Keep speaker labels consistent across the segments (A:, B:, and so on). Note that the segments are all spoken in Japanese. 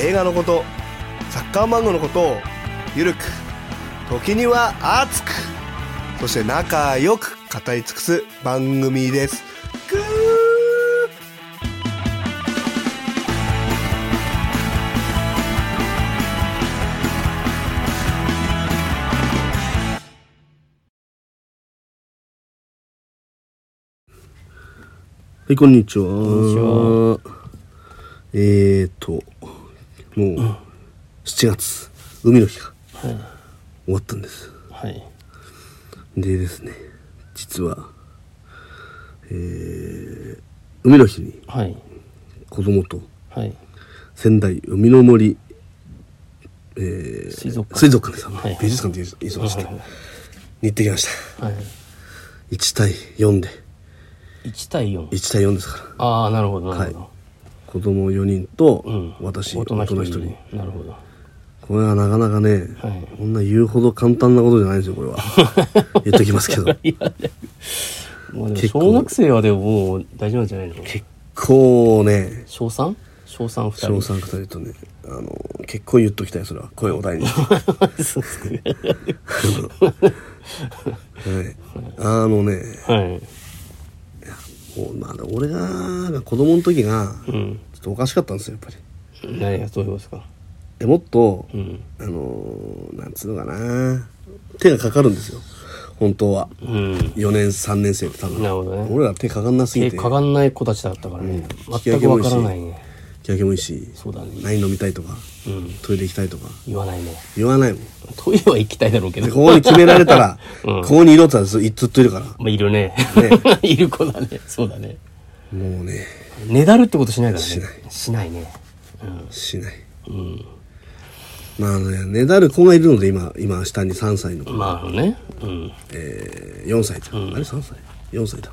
A: 映画のことサッカー漫画のことをゆるく時には熱くそして仲良く語り尽くす番組ですぐー
B: はい、こんにちは。こ
C: んにちは
B: えーと、もう、7月、海の日が
C: はい
B: 終わったんです。
C: はい
B: でですね、実は、えー、海の日に
C: はい
B: 子供と
C: はい
B: 仙台海の森、えー、
C: 水族館
B: 水族館でさ、
C: はい
B: 美術館で言いそうでした。
C: は
B: に
C: い
B: 行ってきました。
C: はい
B: 1対4で、
C: 1対4
B: 1対4ですから。
C: ああなるほどなるほど、
B: は子供4人と、
C: うん、
B: 私、
C: 大
B: 大
C: 人
B: 人
C: 一人
B: 1人。
C: なるほど
B: これはなかなかね、
C: はい
B: こんな言うほど簡単なことじゃないですよこれ は言っときますけど
C: まあでも
B: 結構
C: 小学生はでももう大丈夫なんじゃないの
B: 結構ね
C: 小 3? 小3二人
B: 翔さん二人とねあの結構言っときたいそれは声を大にして
C: そうっすね
B: はいあのね
C: はい
B: もうまあ俺が子供の時がちょ
C: うん
B: っとおかしかったんですよやっぱり
C: 何がどういうことですか
B: でもっと、
C: うん
B: あのーなんつうのかな手がかかるんですよ本当は
C: うん
B: 4年3年生って多分
C: なるほどね
B: 俺ら手かかんなすぎ
C: 手
B: て
C: かかんない子たちだったから
B: う
C: ね、
B: ん
C: 全くわからないね
B: 日焼けもいいし
C: そうだね
B: 何飲みたいとか
C: うん
B: トイレ行きたいとか
C: 言わないね
B: 言わないもん
C: トイレは行きたいだろうけど
B: でここに決められたら、
C: うん
B: ここにいろって言ったらずずっといるからも
C: まあいるね いる子だねそうだね
B: うね
C: ねだるってことしないからね
B: しない
C: しないね
B: しない
C: うん、
B: まあねねだる子がいるので今今下に3歳の
C: う
B: 子、
C: ん、まあねうん
B: えー4歳だ、あれ3歳4歳だ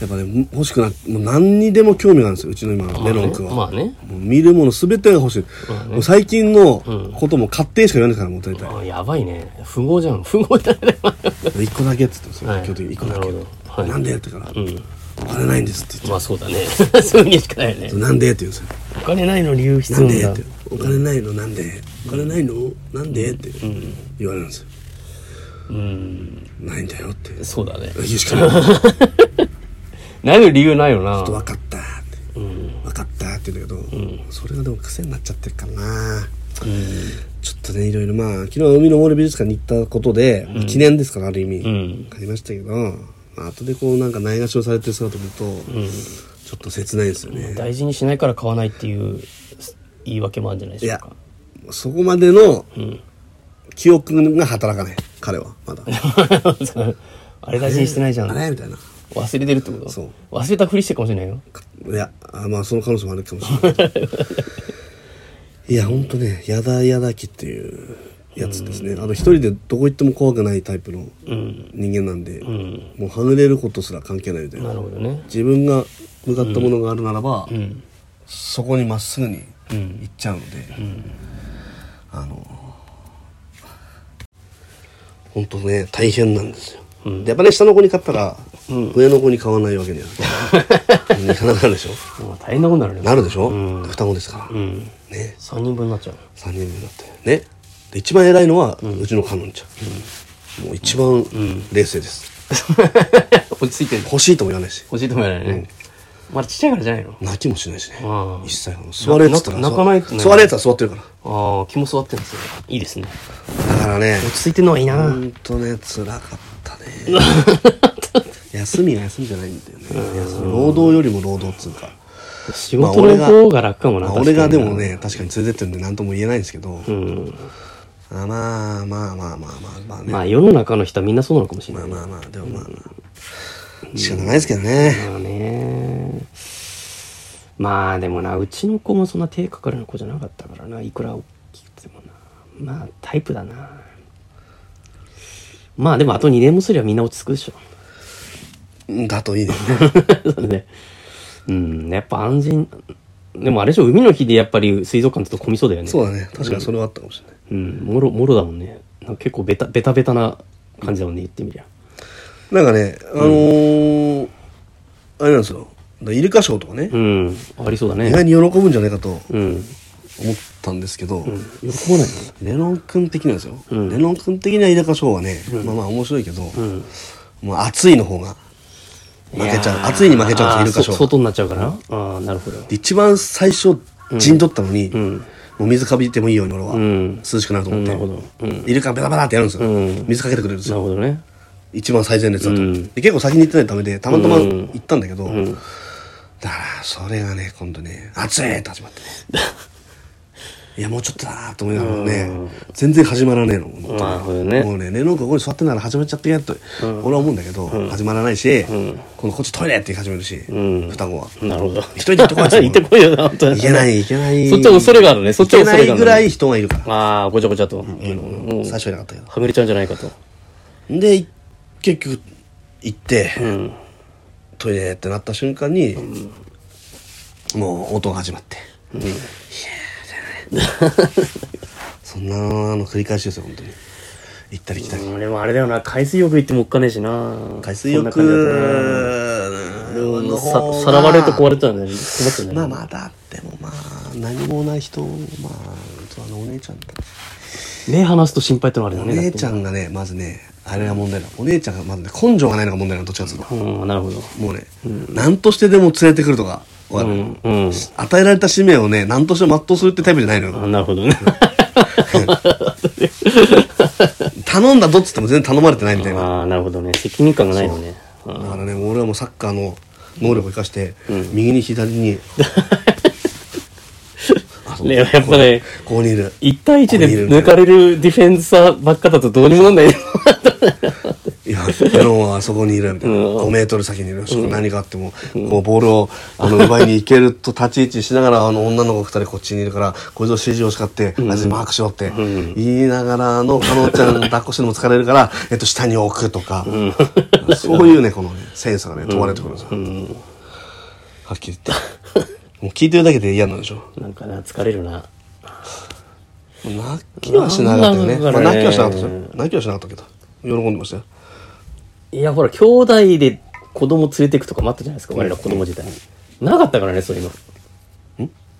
B: やっぱね欲しくなもう何にでも興味があるんですようちの今メロン君は、
C: まあね
B: もう見るもの全てが欲しい、もう最近のことも買ってしか言わないからもう大体、
C: あやばいね富豪じゃん 富豪じゃない
B: 1個だけって言ってますよ、
C: はい
B: 基本的に1個だけ
C: なるほどはい
B: なんでって言ったら、
C: うん
B: お金ないんですって言
C: まあそうだね そうにしかないね
B: ってなんでって言うんですよ
C: お金ないの理由必
B: なん
C: 要
B: で
C: な
B: っ
C: んだ
B: てお金ないのなんでお金ないのなんでって言われるんですよ
C: うん
B: ないんだよって
C: そうだね
B: 言うし かないちょっ
C: ないの理由ないよな
B: と分かったって
C: うん
B: 分かったって言うんだけど、それがでも癖になっちゃってるからなちょっとねいろいろまあ昨日海の森美術館に行ったことで、記念ですからある意味、
C: うん
B: ありましたけど、まあ後でこうなんかないがしろされてる姿を見ると、ちょっと切ないですよね
C: 大事にしないから買わないっていう言い訳もあるんじゃない
B: い
C: でしょう
B: や
C: か
B: そこまでの
C: ん
B: 記憶が働かない彼はま だ
C: あれ大事にしてないじゃん
B: あれみたいな
C: 忘れてるってこと
B: そう
C: 忘れたふりしてるかもしれないよ
B: いやあまあその可能性もあるかもしれないいやほんとねやだやだきっていうやつですねあの一人でどこ行っても怖くないタイプの
C: うん
B: 人間なんで、
C: ん
B: もうはぐれることすら関係ないみたい
C: な
B: な
C: るほどね
B: 自分が向かったものがあるならば、
C: うん
B: そこにまっすぐに
C: うん
B: 行っちゃうので、
C: うん
B: あの本当ね大変なんですよ、でやっぱね下の子に買ったら、上の子に買わないわけに はいかなくなるでしょ
C: まあ大変なことになるね
B: なるでしょ、
C: うん
B: 双子ですから、
C: うん
B: ね
C: 3人分になっちゃう
B: 3人目になってねで一番偉いのは、うちの彼女ちゃん、もう一番冷静です、
C: 落ち着いてる
B: 欲しいとも言わないし
C: 欲しいとも言わないね、まだちっちゃいからじゃないの
B: 泣きもしないしね、
C: うん
B: 一切あの座れっつったら
C: な泣かないってね
B: 座れっつったら座ってるから
C: ああ気も座ってるんですよいいですね
B: だからね
C: 落ち着いてるのはいいな、
B: ほんとね辛かったね 休みが休みじゃないんだよね休み労働よりも労働っつうか
C: 仕事の方が楽かもな、
B: まあ俺が
C: 確
B: で
C: かに
B: もね確かに連れてってるんで何とも言えないんですけど、
C: うん
B: あまあまあまあまあまあまあね、
C: まあ世の中の人はみんなそうなのかもしれ
B: ま
C: な
B: あ
C: い、
B: まあまあでもまあ、仕方ないですけどね、
C: まあねまあでもなうちの子もそんな手かかるような子じゃなかったからないくら大きくてもなまあタイプだなまあでもあと2年もすりゃみんな落ち着くでしょ
B: だといいね。
C: そうねうんやっぱ安心でもあれでしょ海の日でやっぱり水族館ちょっと混みそうだよ ね
B: そうだね。確かにそれはあったかもしれない。
C: うんもろもろだもんねなんか結構ベタベタベタな感じだもんね言ってみりゃ
B: なんかね、あのーあれなんですよ。だイルカショーとかね、
C: うんありそうだ
B: 意
C: ね
B: 外に喜ぶんじゃないかと思
C: うん
B: ったんですけど、
C: 喜ばないの
B: レノン君的なんですよ。
C: ん
B: レノン君的なイルカショーはね、まあまあ面白いけど、
C: うん
B: もう暑いの方が負けちゃう。暑いに負けちゃうんですよ、イルカショーは。
C: 外になっちゃうから、ああなるほど
B: で一番最初陣取ったのに、
C: ん
B: もう水かびてもいいように俺は、
C: ん
B: 涼しくなると思って、
C: うんなるほどうん
B: イルカベラベラってやるんですよ、
C: うん
B: 水かけてくれるんです
C: な
B: よ
C: るほどね
B: 一番最前列だと、
C: うん
B: で結構先に行ってないためでたまたま
C: うん
B: 行ったんだけど、
C: ん
B: だからそれがね今度ね「暑い!」って始まって ねいやもうちょっとだーと思いながらね、全然始まらねえの本当に
C: なるほどね
B: もうねレノン君ここに座ってんなら始まっちゃってやと、俺は思うんだけど、始まらないし、このこっちトイレって始めるし、
C: ん
B: 双 子は。
C: なるほど
B: 一人で行ってこいっつって
C: 行ってこいよな本当に
B: いけない、いけない。
C: そっちは恐れがあるねそっちは恐れ
B: いけな
C: があ
B: いぐ
C: る
B: ら
C: ね
B: い人がいるから。
C: ああごちゃごちゃと、もう
B: 最初はいなかったけ
C: はぐれちゃうんじゃないかと
B: ど。で、結局、行って、
C: うん
B: トイレってなった瞬間に、もう音が始まって。いやーじゃないそんなの繰り返しですよ、本当に。行ったり来たり。
C: でもあれだよな海水浴行ってもおっかねえしな
B: 海水浴
C: そんな感じだったな
B: の方が
C: ささらわれると壊れてたんだよね困ってたんだよね
B: まあまあ、だってもまあ、何もない人、まあ、あのお姉ちゃんだ
C: 目離すと心配ってのはあれだ
B: お
C: ねだって
B: 姉ちゃんがね、まずね、あれが問題だ。お姉ちゃんがまずね、根性がないのが問題なの、どっちかっていうと。
C: うんなるほど
B: もうね、何としてでも連れてくるとか、わかる
C: うんうん
B: 与えられた使命をね、何としても全うするってタイプじゃないのよ。
C: あなるほどね
B: 頼んだぞっつっても全然頼まれてないみたいな。
C: ああなるほどね責任感がないのね
B: だからね、もう俺はもうサッカーの能力を生かして、右に左に、あそう
C: ねやっぱね
B: ここにいる。
C: 1対1
B: ここにいる
C: で
B: みたいな
C: 抜かれるディフェンサーばっかだとどうにもなんないね
B: いや、メロンはあそこにいるみたいな。
C: うん
B: 5メートル先にいる。しかも何があっても、こう、ボールを、あの、奪いに行けると立ち位置しながら、あの、女の子二人こっちにいるから、こいつを指示を使って、あいつにマークしろって、言いながらあの、加納ちゃん抱っこしても疲れるから、えっと、下に置くとか、そういうね、このね、センスがね、問われてくるんですよ。はっきり言って。もう聞いてるだけで嫌なんでしょ。
C: なんかな疲れるな
B: 泣きはしなかったよね。
C: なんだ
B: ま
C: ろ
B: あ、
C: うね
B: 泣きはしなかったですよ。泣きはしなかったけど。喜んでましたよ。
C: いやほら兄弟で子供連れてくとかもあったじゃないですか我ら子供自体なかったからねそういうの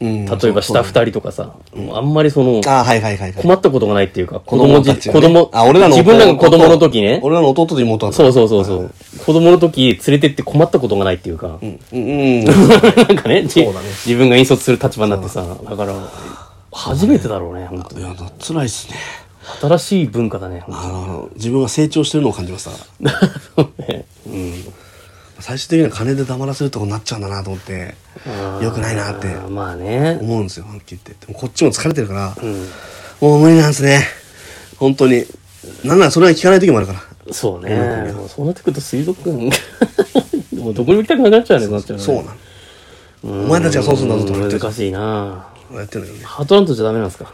B: うん。
C: 例えば下二人とかさもうあんまりその
B: ああ、はいはいはい、はい。
C: 困ったことがないっていうか子
B: 子供
C: 供
B: た
C: じ
B: ちが
C: 子
B: ね
C: 供
B: あ、俺らの
C: 自分らが子供の時
B: 弟
C: ね
B: 俺らの弟と妹だった。
C: そうそうそうそう子供の時連れてって困ったことがないっていうか
B: うん。うん。
C: なんかね、じ
B: そうだね
C: 自分が引率する立場になってさ、だから、初めてだろうね、本当
B: い
C: に。
B: や、辛いっすね。
C: 新しい文化だね、本
B: あの、自分が成長してるのを感じました。 最終的には金で黙らせるとこになっちゃうんだなと思って、
C: 当
B: よくないなって
C: あーまあね。
B: 思うんですよ、はっきり言って。でもこっちも疲れてるから、もう無理なんですね。本当に。なんならそれは聞かない時もあるから。
C: そうね。でもそうなってくると水族館、 もうどこにも行きたくなくなっちゃうね、なっちゃうね。
B: そうなの。お前たちがそうするんだぞと思って
C: うん難しいな
B: やってんだけどね。
C: ハートランドじゃダメなんですか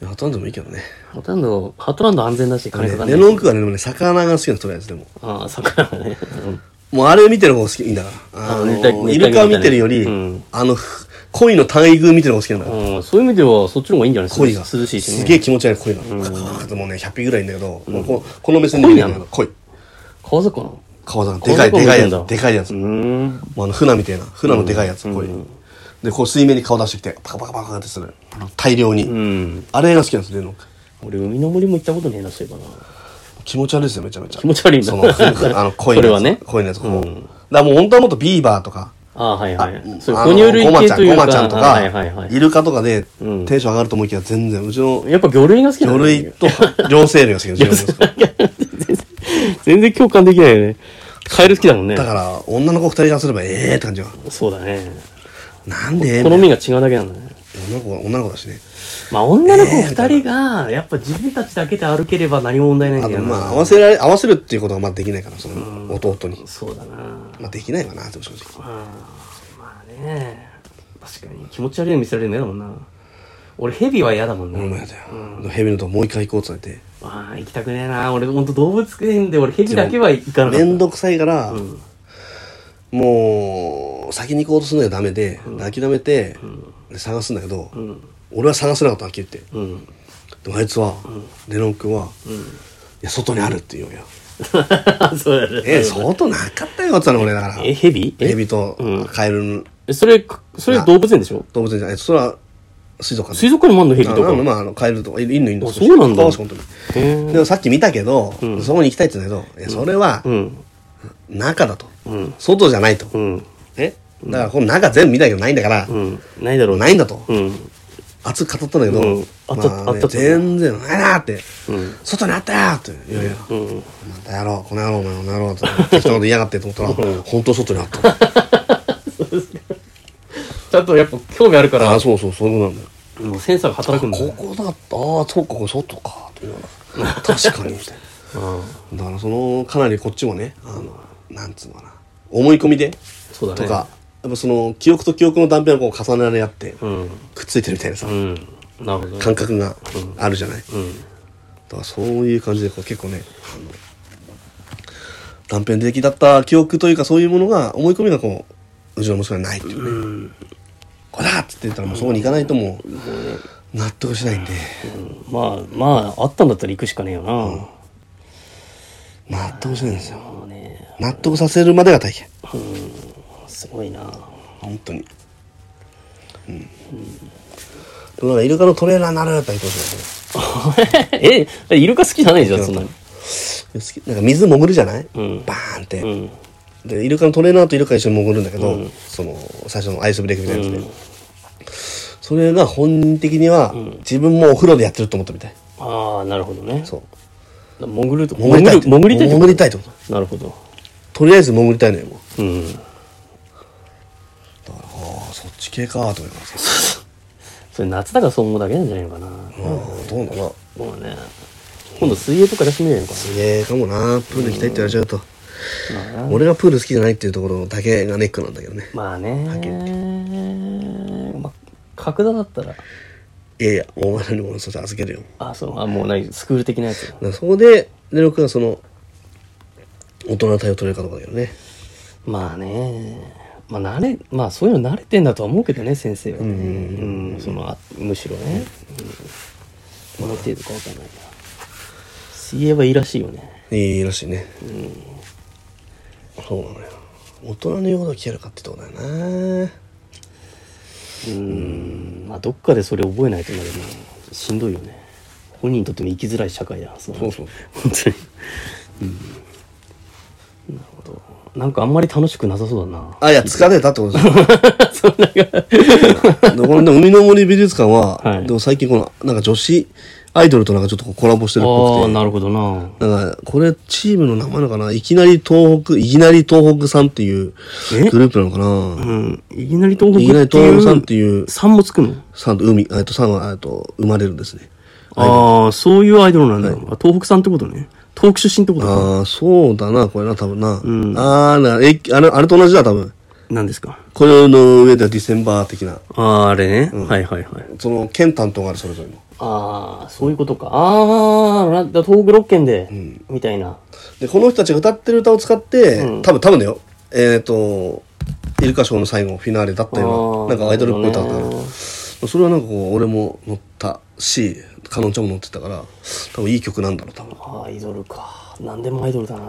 B: いやほとんどもいいけどね。
C: ハートランド、ハートランド安全だし、金かかんな
B: レ
C: い
B: ノン
C: し。
B: クはね、でもね、魚が好きなんです、とりあえずでも。
C: ああ、魚がね。うん
B: もうあれ見てる方が好きいいんだから。あ
C: あの熱帯
B: の、イル
C: 熱
B: カ
C: 帯魚みたいな
B: 見てるより、
C: うん
B: あの、ふ鯉の大群見てる方が好きなんだから。
C: うん、そういう意味では、そっちの方がいいんじゃない
B: 鯉が。
C: 涼しいしね。
B: すげえ気持ち悪い鯉が。うん、もうね、100匹ぐらいいんだけど、もうここの目線で
C: 鯉
B: 見て
C: な
B: る
C: の
B: んだけど、鯉。
C: 川魚
B: 川魚。でかい、
C: 川
B: でかい
C: 魚見てん
B: や
C: だ
B: つ。でかいやつ。
C: う
B: も
C: ーん。
B: うあの、船みたいな。船のでかいやつ、鯉。で、こう水面に顔出してきて、パカパカパカってする。大量
C: う
B: に。
C: ん。
B: あれが好きなんですよ、レノン君。
C: 俺、海の森も行ったことねえな、そういえばな。
B: 気持ち悪いですよ、めちゃめちゃ。
C: 気持ち悪いんだ
B: その、ふあ の、鯉
C: それ
B: のや
C: は
B: つ。
C: ね
B: 鯉のやつ。こうだからもう本当はもっとビーバーとか。
C: ああ、はいはい。そう
B: あ
C: 哺乳
B: の
C: 類
B: ゴマち
C: 系
B: ゃ
C: と
B: ん、
C: い
B: ゴ
C: うか、
B: マちゃんと
C: はいはいは
B: か、イ
C: い。
B: ルカとかでテ
C: うん
B: ンション上がると思いきや全然、うちの
C: やっぱ魚類が好きな
B: 魚
C: の
B: 類と両生類が好きなんですよ。
C: 全然共感できないよね。カエル好きだもんね
B: だ。から、女の子二人がすれば、ええって感じは。
C: そうだね。
B: なんで
C: 好みが違うだけなんだね。
B: 女の子は女の子だしね。
C: まあ女の子二人が、やっぱ自分たちだけで歩ければ何も問題ないん
B: あ
C: だ
B: と、
C: よ
B: まあ、
C: な。
B: 合わせられ、合わせるっていうことはまあできないから、その、弟に。
C: そうだな。
B: まあ、できないわな、でも正直。
C: まあね。確かに気持ち悪いの見せられるの嫌だもんな俺ヘビは嫌だもんな、
B: 俺もやだよ、ヘビのとこもう一回行こうって言わ
C: ああ行きたくねえな俺ほんと動物園で俺ヘビだけは行かな
B: れ
C: か
B: て
C: った
B: 面倒くさいから、
C: うん
B: もう先に行こうとするのがダメで、諦めて、で探すんだけど、俺は探せなかったはっきり言って
C: うん
B: でもあいつは、レノン君は、いや外にあるって言うんよ
C: そうだね
B: え外なかったよって言ったの俺だから
C: えヘビえ
B: ヘビとカエルの
C: えそれそれ動物園でしょ
B: 動物園じゃないそれは水族館
C: 水族館にもあんのヘビと
B: あ
C: か
B: まあまあ、あのカエルとかいるいるのいるの
C: あそうなんだ
B: 少し本当に
C: へ
B: でもさっき見たけど、そこに行きたいって言うんだけどいやそれは
C: うん
B: 中だと、
C: ん
B: 外じゃないと、
C: うん
B: ねだからこの中全部見たけどないんだから、
C: うんないだろう
B: ないんだと、
C: うん
B: 熱く語ったんだけど、
C: うんあった
B: まあね
C: あった
B: 全然ないなーって、
C: ん
B: 外にあったよーっていやいや、
C: うん
B: またやろうこの野郎お前この野郎って 適当なこと言いやがってと思ったら、本当外にあった
C: ちゃんとやっぱ興味ある か
B: あ
C: ら
B: あそうそうそういうことなんだよ
C: もうセンサーが働くんだ
B: こ
C: ね
B: こだったああそうかこれ外かっていうような確かにみたいな
C: うん
B: だからそのかなりこっちもねあのなんつうのかな思い込みで
C: そうだね
B: とか、やっぱその記憶と記憶の断片をこう重ねられ合って、
C: うん
B: くっついてるみたいなさ、
C: うんなるほど
B: 感覚があるじゃない、だ
C: うん
B: からそういう感じでこう結構ねあの断片的だった記憶というかそういうものが思い込みがこううちの息子にはないっていうね、これだっつって言ったらもうそこに行かないともう納得しないんで、
C: まあまああったんだったら行くしかねえよな、
B: 納得しないんですよ
C: もうね
B: 納得させるまでが大変
C: すごいな
B: 本当にうん、でもなんかイルカのトレーナーになるって言ってました
C: えイルカ好きじゃないじゃんそんなに
B: けど好きなんか水潜るじゃない、
C: ん
B: バーンって、
C: うん
B: でイルカのトレーナーとイルカが一緒に潜るんだけど、その最初のアイスブレイクみたいなやつで、それが本人的には、自分もお風呂でやってると思ったみたい
C: ああなるほどね
B: そう
C: 潜ると
B: 潜りたいって
C: 潜りたいってこと
B: 潜りたいってこと
C: なるほど
B: とりあえず潜りたいのよもう
C: うん
B: ああそっち系かと思います
C: それ夏だからそう思うだけなんじゃないのかな
B: うんどうなの
C: もうね今度水泳とか出してみないのか
B: すげえかもなプール行きたいって言われちゃうと、
C: なまあな
B: 俺がプール好きじゃないっていうところだけがネックなんだけどね
C: まあねまあ角田だったら
B: いやいや、お前らにもそれ預けるよ。
C: あそうあもうないスクール的なやつ
B: だからそこで、レロ君はその、大人の対応取れるかどうかだけどね。
C: まあねまあ慣れまあそういうの慣れてんだとは思うけどね先生はねうんそのあむしろね、うん、どの程度かわかんないな水泳はいいらしいよね
B: いいらしいね。そうなのよ。大人の言うことを聞けるかってとこだよな。
C: うんまあどっかでそれ覚えないとなるなしんどいよね本人にとっても生きづらい社会だそう
B: そうそう
C: 本当に、うん、なるほどなんかあんまり楽しくなさそうだな
B: あ、いや、疲れたって ことですよ。そんなこのね、海の森美術館は、
C: はい
B: でも最近この、なんか女子アイドルとなんかちょっとこうコラボしてるっぽ
C: ああ
B: くて。
C: なるほどな
B: なんか、これ、チームの名前なのかないきなり東北、いきなり東北さんっていう
C: え
B: グループなのかな
C: うんいきなり東北
B: いきなり
C: ってい
B: 東
C: う
B: 北さんっていう
C: 3もつくの
B: さんと海、えっと、さんは、えっと、生まれるんですね。
C: ああ、そういうアイドルなんだ。あ東北さんってことね。東北出身ってことか。
B: ああ、そうだな、これな、多分な。ああ、な、え、あれ、あれと同じだ、多分。
C: 何ですか
B: これの上ではディセンバー的な。
C: ああ、あれね、はいはいはい。
B: その、県担当がある、それぞれの。
C: ああ、そういうことか。ああ、なだ東北6県で、みたいな。
B: で、この人たちが歌ってる歌を使って、多分、多分だよ。えっ、と、イルカショーの最後、フィナーレだったような、
C: あー
B: なんかアイドルっぽい歌だった
C: なる
B: か
C: ほど
B: ら
C: ね
B: それはなんかこう、俺も乗ったし、カノンちゃんも乗ってたから、多分いい曲なんだろう、多分。
C: ああ、アイドルか。何でもアイドルだな。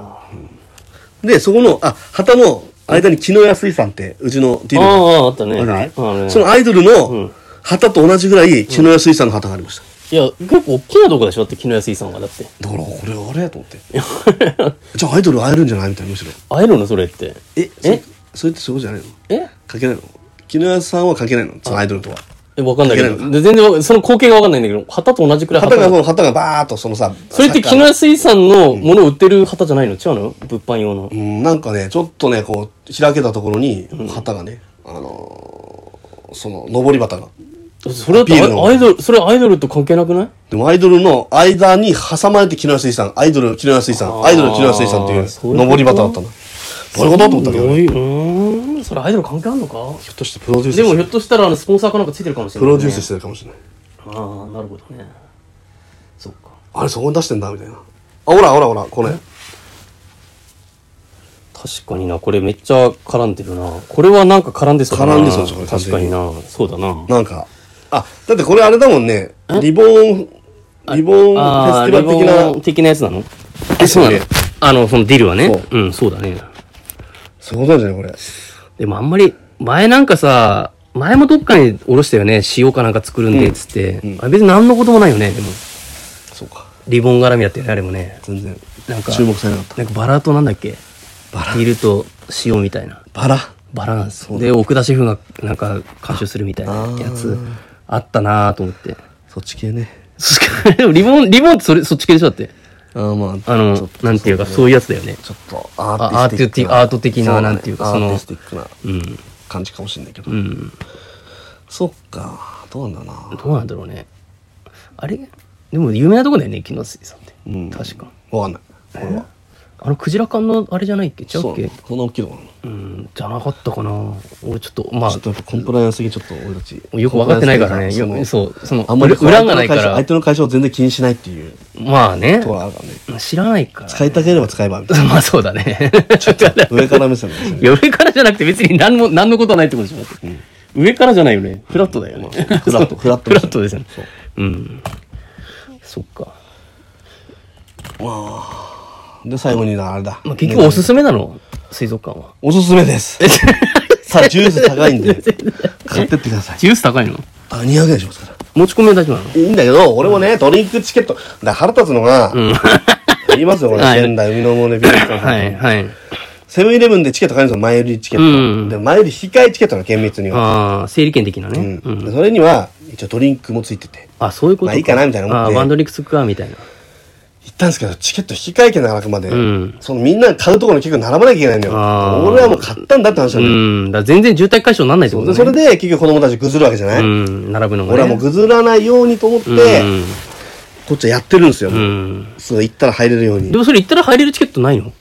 B: で、そこの、あ、旗の間に木野安井さんって、うちのディ
C: あ
B: ルの
C: あ、あったね。
B: あれ
C: あね
B: そのアイドルの旗と同じぐらい、木野安井さんの旗がありました。
C: いや、結構大きなとこでしょだって、木野安井さんが。だって。
B: だから、これあれと思って。じゃあアイドル会えるんじゃないみたいな、むしろ。
C: 会えるのそれって。
B: え
C: え
B: それってそうじゃないの
C: え
B: 関係ないの木野安井さんは関係ないのそのアイドルとは。
C: え、わかんないけ
B: 関係な
C: ど。で全然わかんその光景がわかんないんだけど、旗と同じくらい
B: 旗が、
C: が
B: その旗がバーっとそのさ、
C: それって木野安井さんのものを売ってる旗じゃないの違うの物販用の
B: う。ん、なんかね、ちょっとね、こう、開けたところに、旗がね、あのー、その、上り旗が。
C: それだって
B: ビー
C: ア
B: ルの
C: イアイドル、それアイドルと関係なくない
B: でもアイドルの間に挟まれて木野安井さん、アイドル木野安井さん、アイドル木野安井さんってい
C: あーそういう
B: う、
C: こと
B: 上り旗だったの。どういうことと思ったけどね。
C: そういううーんそれアイドル関係あんのか
B: ひょっとしてプロデュース
C: でもひょっとしたらあのスポンサーかなんかついてるかもしれ
B: プ
C: ない、ね、
B: ロデュースしてるかもしれない
C: ああなるほどねそっか
B: あれそこに出してんだみたいなあほらほらほらこれ
C: 確かになこれめっちゃ絡んでるなこれはなんか絡んでそうだな
B: 絡んでそうでしょこれ完
C: 確
B: 全
C: かに
B: に
C: なそうだな
B: なんかあだってこれあれだもんねリボンリボンフェスティバル的
C: あーリボ
B: な
C: ン的なやつなの
B: えそうね
C: あのそのディルはね
B: そう
C: うんそうだね
B: そういうことなんじゃないこれ
C: でもあんまり、前なんかさ、前もどっかにおろしたよね。塩かなんか作るんで、つって。あれ別に何のこともないよね、でも。
B: そうか
C: リボン絡みやってるね、あれもね。
B: 全然
C: なんか、
B: 注目されなかった
C: なんかバラとなんだっけバラいると塩みたいな。
B: バラ
C: バラなんですよ。で、奥田シェフがなんか監修するみたいなやつ、あったなぁと思って。
B: そっち系ね
C: そっかでもリボン、リボンってそれ、そっち系でしょだって。
B: ああまあ
C: あの、なんていうか、そういうやつだよね。
B: ちょっと
C: あ
B: ア
C: ア
B: ーテ
C: ーテ
B: ィス
C: ィ
B: テ
C: ステ
B: ィ
C: ィ
B: ッ
C: ッ
B: ク
C: ク、アート的な、なんていうか、
B: そ
C: そ
B: ねアー
C: の
B: ティス、ティックな
C: うん。
B: 感じかもしれないけど、
C: うん。
B: そっかどうなんだろうな
C: どうなんだろうね。あれでも有名なとこだよね、木下さんって。
B: うん
C: 確か。
B: わかんないこれは
C: あの、クジラ缶のあれじゃないっけ違
B: そう
C: っ
B: う
C: け
B: こんな大きいのかな
C: うん、じゃなかったかな。俺ちょっと、ま
B: ちょっと
C: あ、
B: やっぱコンプライアンス的にちょっと俺たち
C: よく分かってないから
B: コンプラ
C: ね。
B: イア
C: よ
B: ンス的に
C: そう、その、
B: あんまり
C: 裏がないか
B: 相
C: ら
B: 手。の会社を全然気にしないっていう
C: まあね
B: と。ころがあるからね
C: 知らないから。
B: 使いたければ使えばみたい
C: まあそうだね。
B: な上から目線なんですよね
C: 上からじゃなくて別に何も、何のことはないってことでしょ、上からじゃないよね。フラットだよね。
B: フラット
C: そう
B: フラット
C: フラットですよね
B: そう。
C: うん。そっか。
B: で最後にあれだ、
C: まあ結局おすすめなの水族館は。
B: おすすめですさあジュース高いんで買ってってください
C: ジュース高いの
B: あ200円しますから
C: 持ち込みは大丈夫なの
B: いいんだけど俺もねドリンクチケットだから腹立つのが、言いますよこれ
C: はい
B: 仙台海の森美術館
C: はいはい。
B: セブンイレブンでチケット買えるんですよ前売りチケット、
C: うん
B: で前売り控えチケットが厳密には
C: ああ、整理券的な
B: うん
C: ね。うん
B: でそれには一応ドリンクもついてて
C: あ、そういうこと
B: まあいいかなみたいな思って
C: あーワンドリンクつくか、みたいな。
B: 行ったんですけどチケット引き換え券だからあくまで、
C: うん
B: そのみんな買うところに結構並ばなきゃいけないんだよ
C: あー
B: 俺はもう買ったんだって話
C: う
B: なんだよ、
C: ん。だから全然渋滞解消にならないってこと
B: で
C: ね。
B: それで結局子供たちぐずるわけじゃない、
C: うん、並ぶのがね。
B: 俺はもうぐずらないようにと思って、こっちはやってるんですよ、
C: うん。う。
B: もうんそう行ったら入れるように
C: でもそれ行ったら入れるチケットないの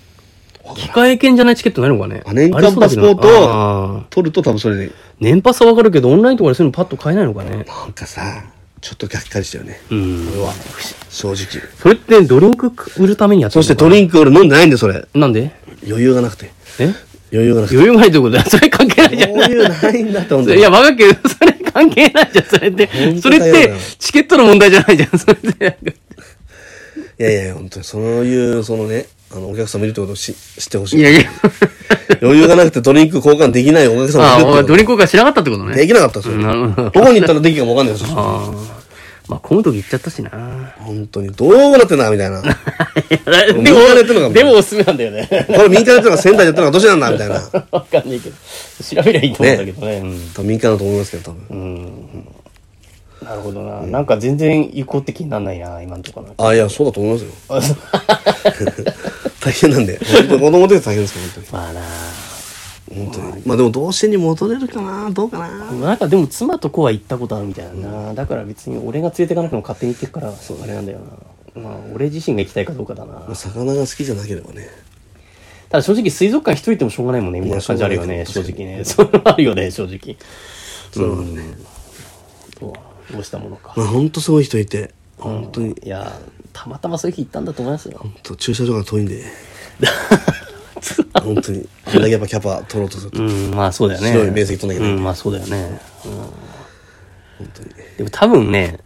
C: 機械券じゃないチケットないのかね
B: あ年間
C: ありそうだけど
B: パスポート
C: あー
B: 取ると多分それで
C: 年パスはわかるけど、オンラインとかでそういうのパッと買えないのかね
B: なんかさちょっとがっかりしたよね
C: うん。
B: 俺は正直
C: それってドリンク売るためにやって
B: そ
C: るの
B: してドリンク俺飲んでないんでそれ
C: なんで
B: 余裕がなくて
C: え
B: 余裕がなくて
C: 余裕がないってことだよ。それ関係ないじゃん。
B: 余裕ないんだって本当
C: い
B: に
C: や、わかるけど、それ関係ないじゃん、それって
B: 本。
C: そ
B: 当
C: れっ
B: だよ
C: て、チケットの問題じゃないじゃん、そ れって。
B: いやいや、本当に、そういう、そのね、あの、お客様いるってことをし知ってほしい。
C: いやいや。
B: 余裕がなくてドリンク交換できないお客様い
C: あ
B: るっ
C: あ、
B: てこ
C: ドリンクが知らなかったってこと
B: と。
C: ね。
B: できなかった、それ。
C: うんなるほ
B: ど
C: ど
B: こに行ったらできるかもわかんないです。
C: ああ。まあ、混む時行っちゃったしな。
B: 本当に、どうなってんだ、みたいな。こ
C: で
B: 民間でやってんのかも
C: でもおすすめなんだよね。
B: れ民間やってるのか仙台でやってるのかどっちなんだ、みたいな。
C: わかんないけど。調べりゃいいと思うんだけどね。うん
B: 多分民間だと思いますけど、多分。
C: なるほどな。なんか全然有効的になんないな、今んとこな。
B: あ、いや、そうだと思いますよ。
C: あそう
B: 大変なんで。本当に子供の時は大変ですけど、
C: まあな。
B: 本当に。本当に。まあでも、童心に戻れるかな、どうかな。
C: なんかでも妻と子は行ったことあるみたいなな、だから別に俺が連れてかなくても勝手に行ってくからあれなんだよなまあ俺自身が行きたいかどうかだな
B: まあ魚が好きじゃなければね。
C: ただ正直水族館一人いてもしょうがないもんねみたいな感じあるよ
B: い
C: ね
B: やし
C: 正
B: ょうがない
C: 直ねそれはあるよね正直
B: そういうことね。
C: どうどうしたものか
B: まあ本当すごい人いて、本当に、
C: いやたまたまそういう日行ったんだと思いますよ
B: 本当駐車場が遠いんで。本当にあれだけやっぱキャパ取ろうとすると、
C: うんまあそうだよね
B: 白い面積取んなきゃいけない
C: うんまあそうだよね、
B: 本当に
C: でも多分ね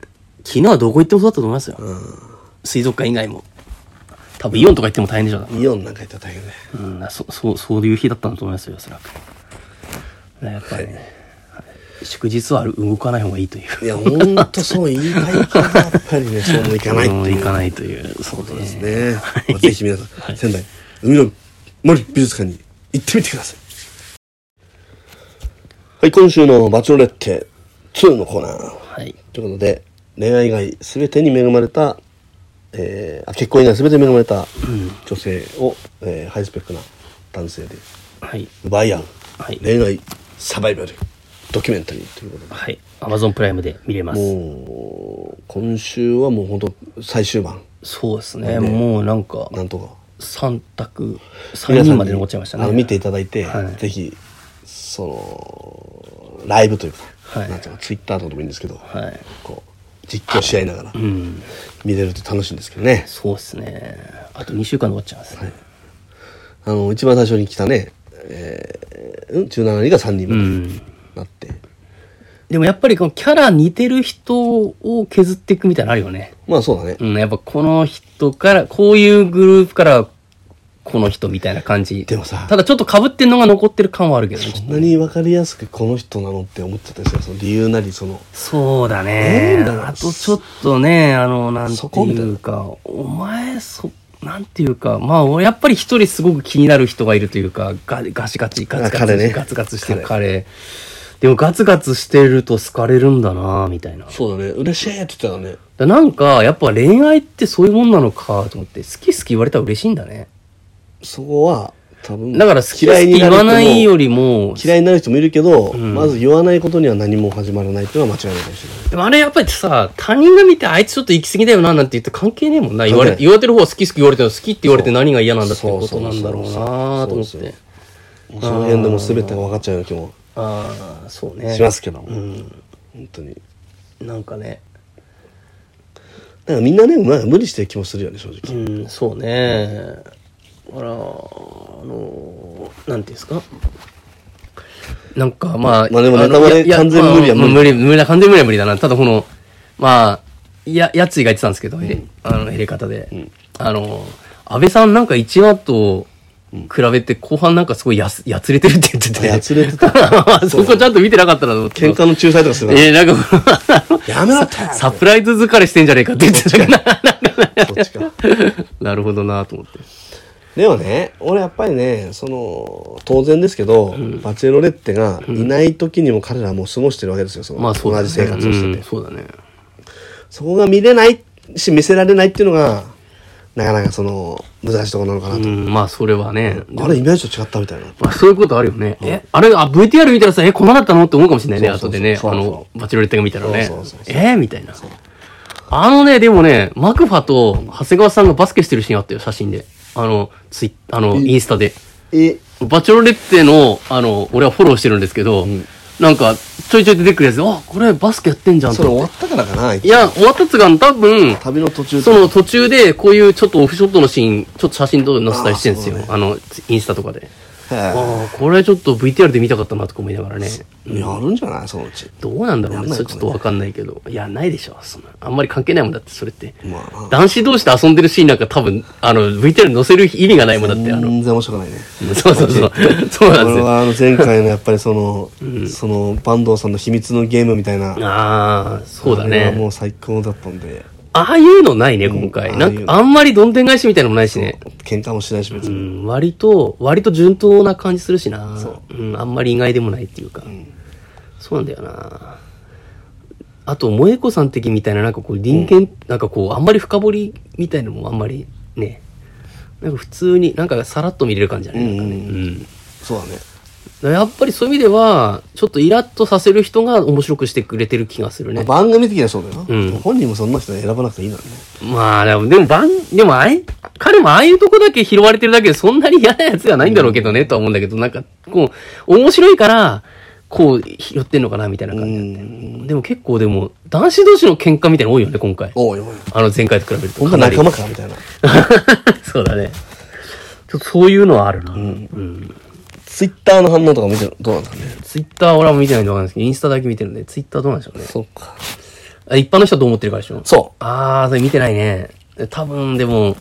C: 昨日はどこ行ってもそうだったと思いますよ、
B: う
C: 水族館以外も多分イオンとか行っても大変でしょうなん
B: イオンなんか行ったら大変だよ
C: うん、そそうそういう日だったんだと思いますよおそらくやっぱりね、はい祝日は動かない方がいいという
B: いや本当そう言いたいけどやっぱりねそうもいかないって
C: うん
B: いう
C: 行かないというそうで
B: ですね、まあ、ぜひ皆さん、仙台海の森美術館に行ってみてくださいはい今週の「バチョレッテ2」のコーナー
C: はい
B: ということで恋愛以外全てに恵まれた、えーあ結婚以外全てに恵まれた女性を、えーハイスペックな男性で
C: はい
B: 奪い合う
C: はい
B: 恋愛サバイバルドキュメンタリーということで
C: はいアマゾンプライムで見れます
B: もう今週はもう本当最終盤
C: そうですねもうなんか
B: なんとか
C: 3択3人まで残っちゃいましたね
B: あの見ていただいて、
C: はい
B: ぜひそのライブというか、
C: はい
B: なんていうのツイッターとかでもいいんですけど、
C: はい
B: こう実況し合いながら
C: うん
B: 見れると楽しいんですけどね、
C: そうですねあと2週間で終わっちゃいますね、
B: あの一番最初に来たね、えー、うん17人が3人
C: う
B: ま
C: ん
B: でなって、
C: でもやっぱりこのキャラ似てる人を削っていくみたいなのあるよね
B: まあそうだね、
C: うんやっぱこの人からこういうグループからこの人みたいな感じ
B: でもさ
C: ただちょっと被ってんのが残ってる感はあるけどね
B: そんなに分かりやすくこの人なのって思っちゃったりするその理由なりその
C: そうだね
B: なん。だろう
C: あとちょっとね、あの、なんて
B: そこみたい
C: いうか、お前、そ、なんていうか、まあ、俺やっぱり一人すごく気になる人がいるというか、ガガシガチ、ガツガ
B: あ
C: ツ、
B: 彼ね
C: ガツガツしてる彼。でもガツガツしてると好かれるんだなみたいな。
B: そうだね嬉しいって言ったらね
C: だなんか、やっぱ恋愛ってそういうもんなのかと思って、好き好き言われたら嬉しいんだね。
B: そこは多分
C: だから好き好き言わないよりも、
B: 嫌いになる人もいるけど、
C: ん
B: まず言わないことには何も始まらないっていうのは間違いないかもしれない
C: でもあれやっぱりさ、他人が見てあいつちょっと行き過ぎだよななんて言って関係ねえもんな。言われ、
B: 関係
C: 言われてる方は好き好き言われてるの好きって言われて何が嫌なんだって
B: そう
C: こ
B: そ
C: と
B: う
C: なんだろうなと思っ
B: そうそう
C: て。
B: もうその辺でもう全てが分かっちゃうような気も
C: ああ、そうね。
B: しますけども、
C: うん。
B: 本当にだ
C: なんかね。
B: からみんなねまあ無理してる気もするよね正直、
C: うん、そうね。だから、あのー、なんていうんですか。なんかまあ、
B: まあでもネタバレ
C: あのいや
B: 完全に無理は
C: まあ
B: 無
C: 無理、無理だ、完全に無理は無理だな。ただこの、まあ、や、やついが言ってたんですけど、えあの、入れ方で。あの、安倍さんなんか1話と比べて後半なんかすごいやす、やつれてるって言ってて。
B: やつれて
C: そこちゃんと見てなかったなと思って。
B: 喧嘩の仲裁とかするから
C: えーなんか、
B: やめろって
C: サプライズ疲れしてんじゃねえかって言ってたから。
B: こっちか
C: なるほどなと思って。
B: でもね俺やっぱりねその当然ですけど、バチェロレッテがいない時にも彼らはもう過ごしてるわけですよその、
C: まあそうだ
B: 同
C: ね。
B: じ生活をしてて、
C: うんそうだね。
B: そこが見れないし見せられないっていうのがなかなかその難しいところなのかな
C: う
B: と、
C: ん、まあそれはね。
B: あれイメージと違ったみたいな
C: まあそういうことあるよね。え、あれ、あ、VTR 見たらさ、え、来なかったのって思うかもしれないね、
B: そうそ
C: 後
B: うそう
C: でね。
B: そ
C: あ
B: うそう
C: の、バチェロレッテが見たらね
B: そうそう。そう
C: えーみたいな。あのね、でもね、マクファと長谷川さんがバスケしてるシーンあったよ、写真で。あの、ツイあの、インスタで。
B: え
C: バチェロレッテの、あの、俺はフォローしてるんですけど、なんか、ちょいちょい出てくるやつ、あ、これバスケやってんじゃん
B: そ
C: と
B: れ
C: 思っ
B: 終
C: て
B: わったからかない
C: や、終わったつが多分、
B: 旅の途中
C: その途中でこういうちょっとオフショットのシーン、ちょっと写真とか載せたりしてるんですよ。あ,、の、インスタとかで。
B: へえ
C: ああ、これちょっと VTR で見たかったなとか思いながらね。
B: やるんじゃないそのうち
C: どうなんだろう
B: やん
C: ね。
B: ない
C: そ
B: か
C: れ
B: ね
C: ちょっとわかんないけど。いや、ないでしょ。そんなあんまり関係ないもんだって、それって。
B: まあな
C: 男子同士で遊んでるシーンなんか多分、あの、VTR に載せる意味がないもんだって、あの、
B: 全然面白くないね
C: そうそうそう。そうなんです
B: 俺
C: よ。
B: はあの前回のやっぱりそ の、その坂東さんの秘密のゲームみたいな
C: ああ、そうだ
B: あれは
C: ね。
B: もう最高だったんで
C: ああいうのないね、今回。
B: うん
C: な
B: ああいうんの
C: か、あんまりどんでん返しみたいなのもないしね。
B: 喧嘩もしないし別
C: う
B: に、
C: ん、割と、割と順当な感じするしな。うん、あんまり意外でもないっていうか。そうなんだよな。あと、萌子さん的みたいな、なんかこう、人間、なんかこう、あんまり深掘りみたいのもあんまりね、なんか普通に、なんかさらっと見れる感じだね。なんかね
B: うん
C: うん。だか
B: そうだね
C: らやっぱりそういう意味では、ちょっとイラッとさせる人が面白くしてくれてる気がするね。
B: 番組的にはそうだよ、
C: うん
B: 本人もそんな人選ばなくていいのにね
C: まあ、でも、でも、ばん、でも、あい、彼もああいうとこだけ拾われてるだけで、そんなに嫌なやつじゃないんだろうけどね、とは思うんだけど、なんか、こう、面白いから、こう、拾ってんのかな、みたいな感じだって。でも結構、でも、男子同士の喧嘩みたいなの多いよね、今回。
B: おいおい
C: あの、前回と比べると。
B: 僕
C: か
B: は
C: なり
B: 仲間かみたいな
C: そうだね。ちょっとそういうのはあるな。うん。
B: ツイッターの反応とか見てるどうなんだろうね
C: ツイッターは俺は見てないんでわかんないですけど、インスタだけ見てるんで、ツイッターどうなんでしょうね。
B: そうか
C: あ一般の人はどう思ってるかでしょ
B: そ
C: あー、それ見てないね。多分、でも、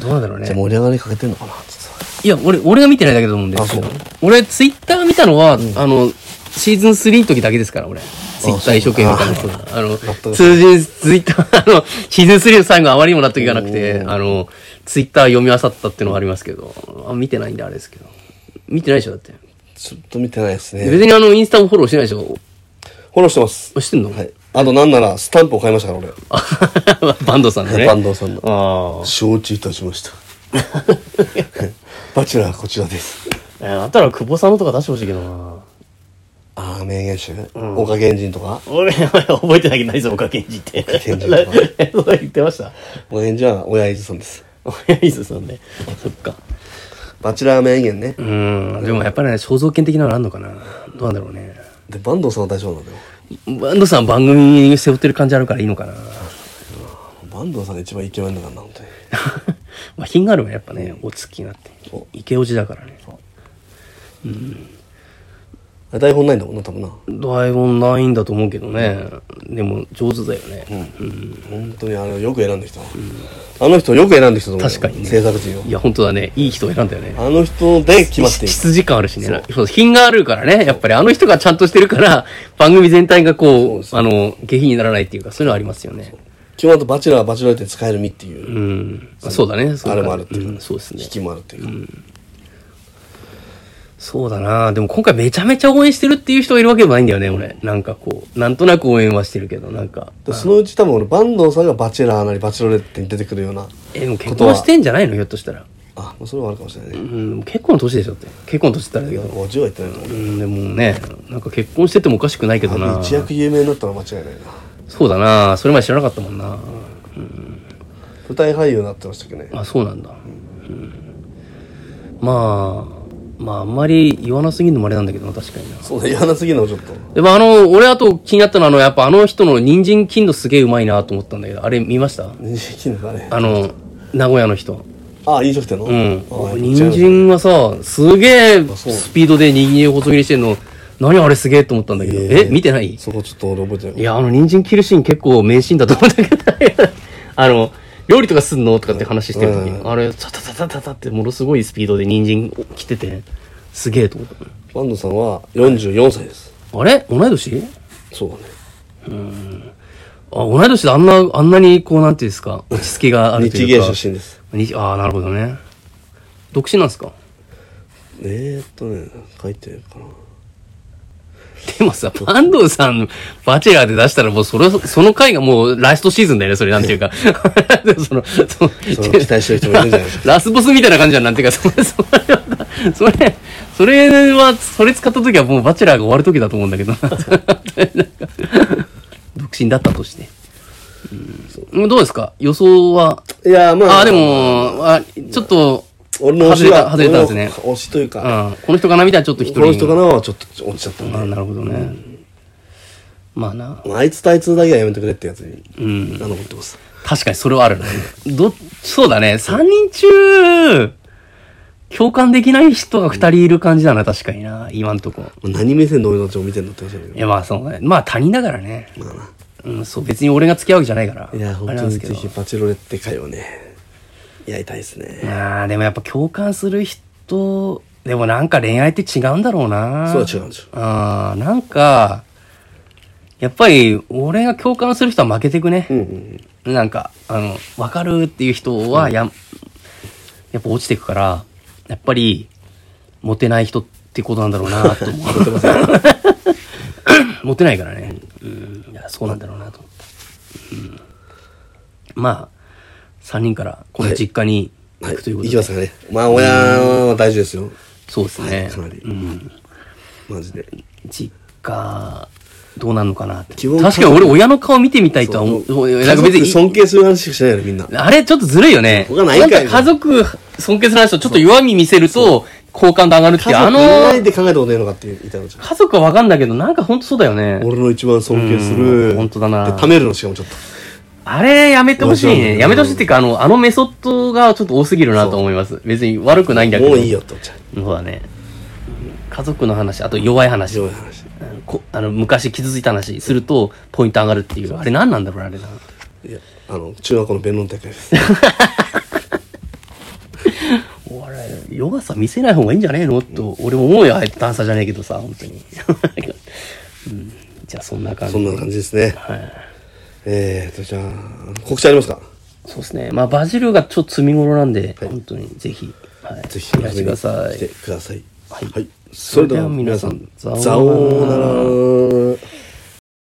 C: どうなんだろう
B: う
C: ね
B: じゃあ。盛り上がりかけてんのかな実はい
C: や、俺、俺が見てないだけだと思うんで
B: あそう。
C: 俺、ツイッター見たのは、あの、シーズン3の時だけですから、俺。ツイッター一生懸命見たのは。あの、通じ、ツイッター、あ の、シーズン3の最後あまりにも納得いかなくて、あの、ツイッター読み漁ったっていうのはありますけど、あ見てないんであれですけど。見てないでしょ、だって。
B: ちょっと見てないですね
C: 別にあの、インスタもフォローしてないでしょ。
B: フォローしてます
C: あしてんの
B: はいあとなんならスタンプを買いましたから俺
C: あバンドさんのね。
B: バンドさんの
C: ああ。
B: 承知いたしま したバチェラーこちらです
C: えー、あったら久保さんのとか出してほしいけ どな。
B: ああ名言集、岡源人とか
C: 俺、俺覚えてないけど、何それ、岡健二って。岡
B: 健二 とか
C: 言ってました
B: 岡源人は親伊豆さんです
C: 親伊豆さんね。そっか。
B: バチェラー名言ね
C: うんでもやっぱりね肖像権的なのあんのかなどうなんだろうね
B: で坂東さんは大丈夫なんだよ
C: バンドさん番組背負ってる感じあるからいいのかな
B: 坂東さんが一番イケメンだからな本当に
C: まあ品があるわやっぱねお付きになって
B: そ
C: イケオジだからね
B: あれ台本ないんだもんな多分な
C: 台本ないんだと思うけどねでも上手だよね、
B: 本当にあれよく選んできたな、あの人よく選んできたと思うよ
C: 確かにね
B: 制作陣を
C: いや本当だねいい人を選んだよね
B: あの人で決まっていく
C: 羊感あるしねそう品があるからねやっぱりあの人がちゃんとしてるから番組全体がこうあの下品にならないっていうかそういうのありますよね
B: 基本あとバチェラーバチェラーって使える身っていうう、
C: んあそうだねそ
B: あ
C: う
B: れ
C: だ
B: もあるっていうか、
C: うんそうですね
B: 引きもあるっていうか、
C: そうだなでも今回めちゃめちゃ応援してるっていう人がいるわけでもないんだよね俺なんかこうなんとなく応援はしてるけどなんか
B: でそのうち多分俺坂東さんがバチェラーなりバチェロレッテに出てくるような
C: えでも結婚はしてんじゃないのひょっとしたら
B: あもうそれはあるかもしれないね、
C: うんでも結婚の年でしょって結婚の年って言ったらだけ
B: 50
C: ど
B: は言ってないと思う
C: うんでもねなんか結婚しててもおかしくないけどな
B: 一躍有名になったのは間違いないな
C: そうだなそれまで知らなかったもんな
B: 舞台俳優になってましたっけどね
C: あそうなんだ、うんまあまああんまり言わなすぎるのもあれなんだけどな確かにな
B: そうだ言わなすぎるのもちょっと
C: でもあの俺あと気になったのはあのやっぱあの人の人参金のすげえうまいなと思ったんだけどあれ見ました
B: 人参切るのかね
C: あの名古屋の人
B: あ飲食店のう
C: うん
B: あ
C: 人参はさすげえスピードで人間を細切りしてんの何あれすげえと思ったんだけど
B: え
C: え
B: ー
C: 見てない
B: そこちょっと俺覚えてない
C: いや、あの、人参切るシーン結構名シーンだと思うんだけど、 あの、料理とかすんのとかって話してる時に、あれ、タタタタタタってものすごいスピードで人参切ってて、すげえと思っ
B: 坂東さんは44歳です
C: た。あれ同い年
B: そうだね
C: あ、同い年であんな、あんなにこう、なんていうんですか、落ち着きがあると
B: 日
C: いう
B: 芸
C: か。
B: 出身です
C: 身にああ、なるほどね。独身なんですか
B: えー、っとね書いてるかな
C: でもさ、バンドさん、バチェラーで出したらもうそれ、その回がもうラストシーズンだよね、それなんていうか。 その、その、
B: その期待してる人もいるんじゃないです
C: ラスボスみたいな感じじゃん、なんていうか、それ、それは、それ、それは、それ使った時はもうバチェラーが終わる時だと思うんだけどな。 独身だったとして。うん、どうですか予想は。
B: いやまあ
C: ああ、でも、あちょっと、
B: 俺の推しは
C: 外れた外れたんですね
B: 俺の推しという
C: うん、
B: か、
C: この人かなみたいなちょっと一人。
B: この人かなはちょっと落ちちゃったね
C: あなるほどね。まあな。
B: あいつとあいつだけはやめてくれってやつに、
C: ん
B: あの思ってます
C: 確かにそれはあるね。ど、そうだね。3人中、共感できない人が2人いる感じだな、確かにな。今んとこ。
B: 何目線で俺たちを見てんだって話なんだ
C: い
B: け
C: や、まあそうね。まあ他人だからね。
B: どまあな
C: うん、そう。別に俺が付き合うわけじゃないから。
B: いや、本
C: あれ
B: 当
C: なんで
B: に
C: すけ
B: ぜ
C: ど
B: ひバチェロレッテ会をね、やりたいです
C: い
B: ね。
C: やーでもやっぱ共感する人、でもなんか恋愛って違うんだろうな。
B: そうは違うんですよ。
C: あーなんか、やっぱり俺が共感する人は負けてくね。
B: うんうん
C: なんか、あの、わかるっていう人はや、やっぱ落ちてくから、やっぱり、モテない人ってことなんだろうなと思う。 モテないからね。うん、いやそうなんだろうなと思った。うん、まあ、3人から、この実家に
B: うん。
C: 行
B: はい、
C: くという
B: 行
C: こと
B: き
C: で。
B: ますかね。まあ、親は大事ですよ。
C: そうですね。
B: かなり
C: うん。
B: マジで。
C: 実家、どうなんのかなって。
B: 基本
C: 確かに俺、親の顔見てみたいとは思う。なんか別に、
B: 尊敬する話しかしないよね、みんな。
C: あれちょっとずるいよね。
B: 他ないんかい
C: んか家族尊敬する話をちょっと弱み見せると、好感度上がるっていう、あ
B: 家族いない
C: の、
B: で考えたことないのかって言いたいのじゃん。
C: 家族はわかんだけど、なんかほんとそうだよね。
B: 俺の一番尊敬す
C: う
B: る。
C: ん本当だな
B: で、貯めるのしかもちょっと。
C: あれ、やめてほしい
B: 面白い
C: ね。
B: ね
C: やめてほしいっていうか、あの、あのメソッドがちょっと多すぎるなと思います。別に悪くないんだけど。
B: もういいよって思っちゃう。
C: そうだね。家族の話、あと弱い話。
B: そういう話。
C: うんこあの昔傷ついた話すると、ポイント上がるっていう。あれ何なんだろうなあれな。
B: いや、あの、中学校の弁論大会 です。
C: お笑い弱さ見せない方がいいんじゃねえのと俺も思うよあえてダンサーじゃねえけどさ本当に、 うん、じゃあそんな感じ
B: そんな感じですね。
C: はい、
B: えーと、じゃあ、告知ありますか
C: そうですねまあバジルがちょっと積み頃なんで、本当にぜひ、はい、
B: ぜひ
C: いらしてくださ
B: 来て
C: い
B: ください。
C: はい
B: それでは皆さん、
C: それでは皆さん
B: さようなら。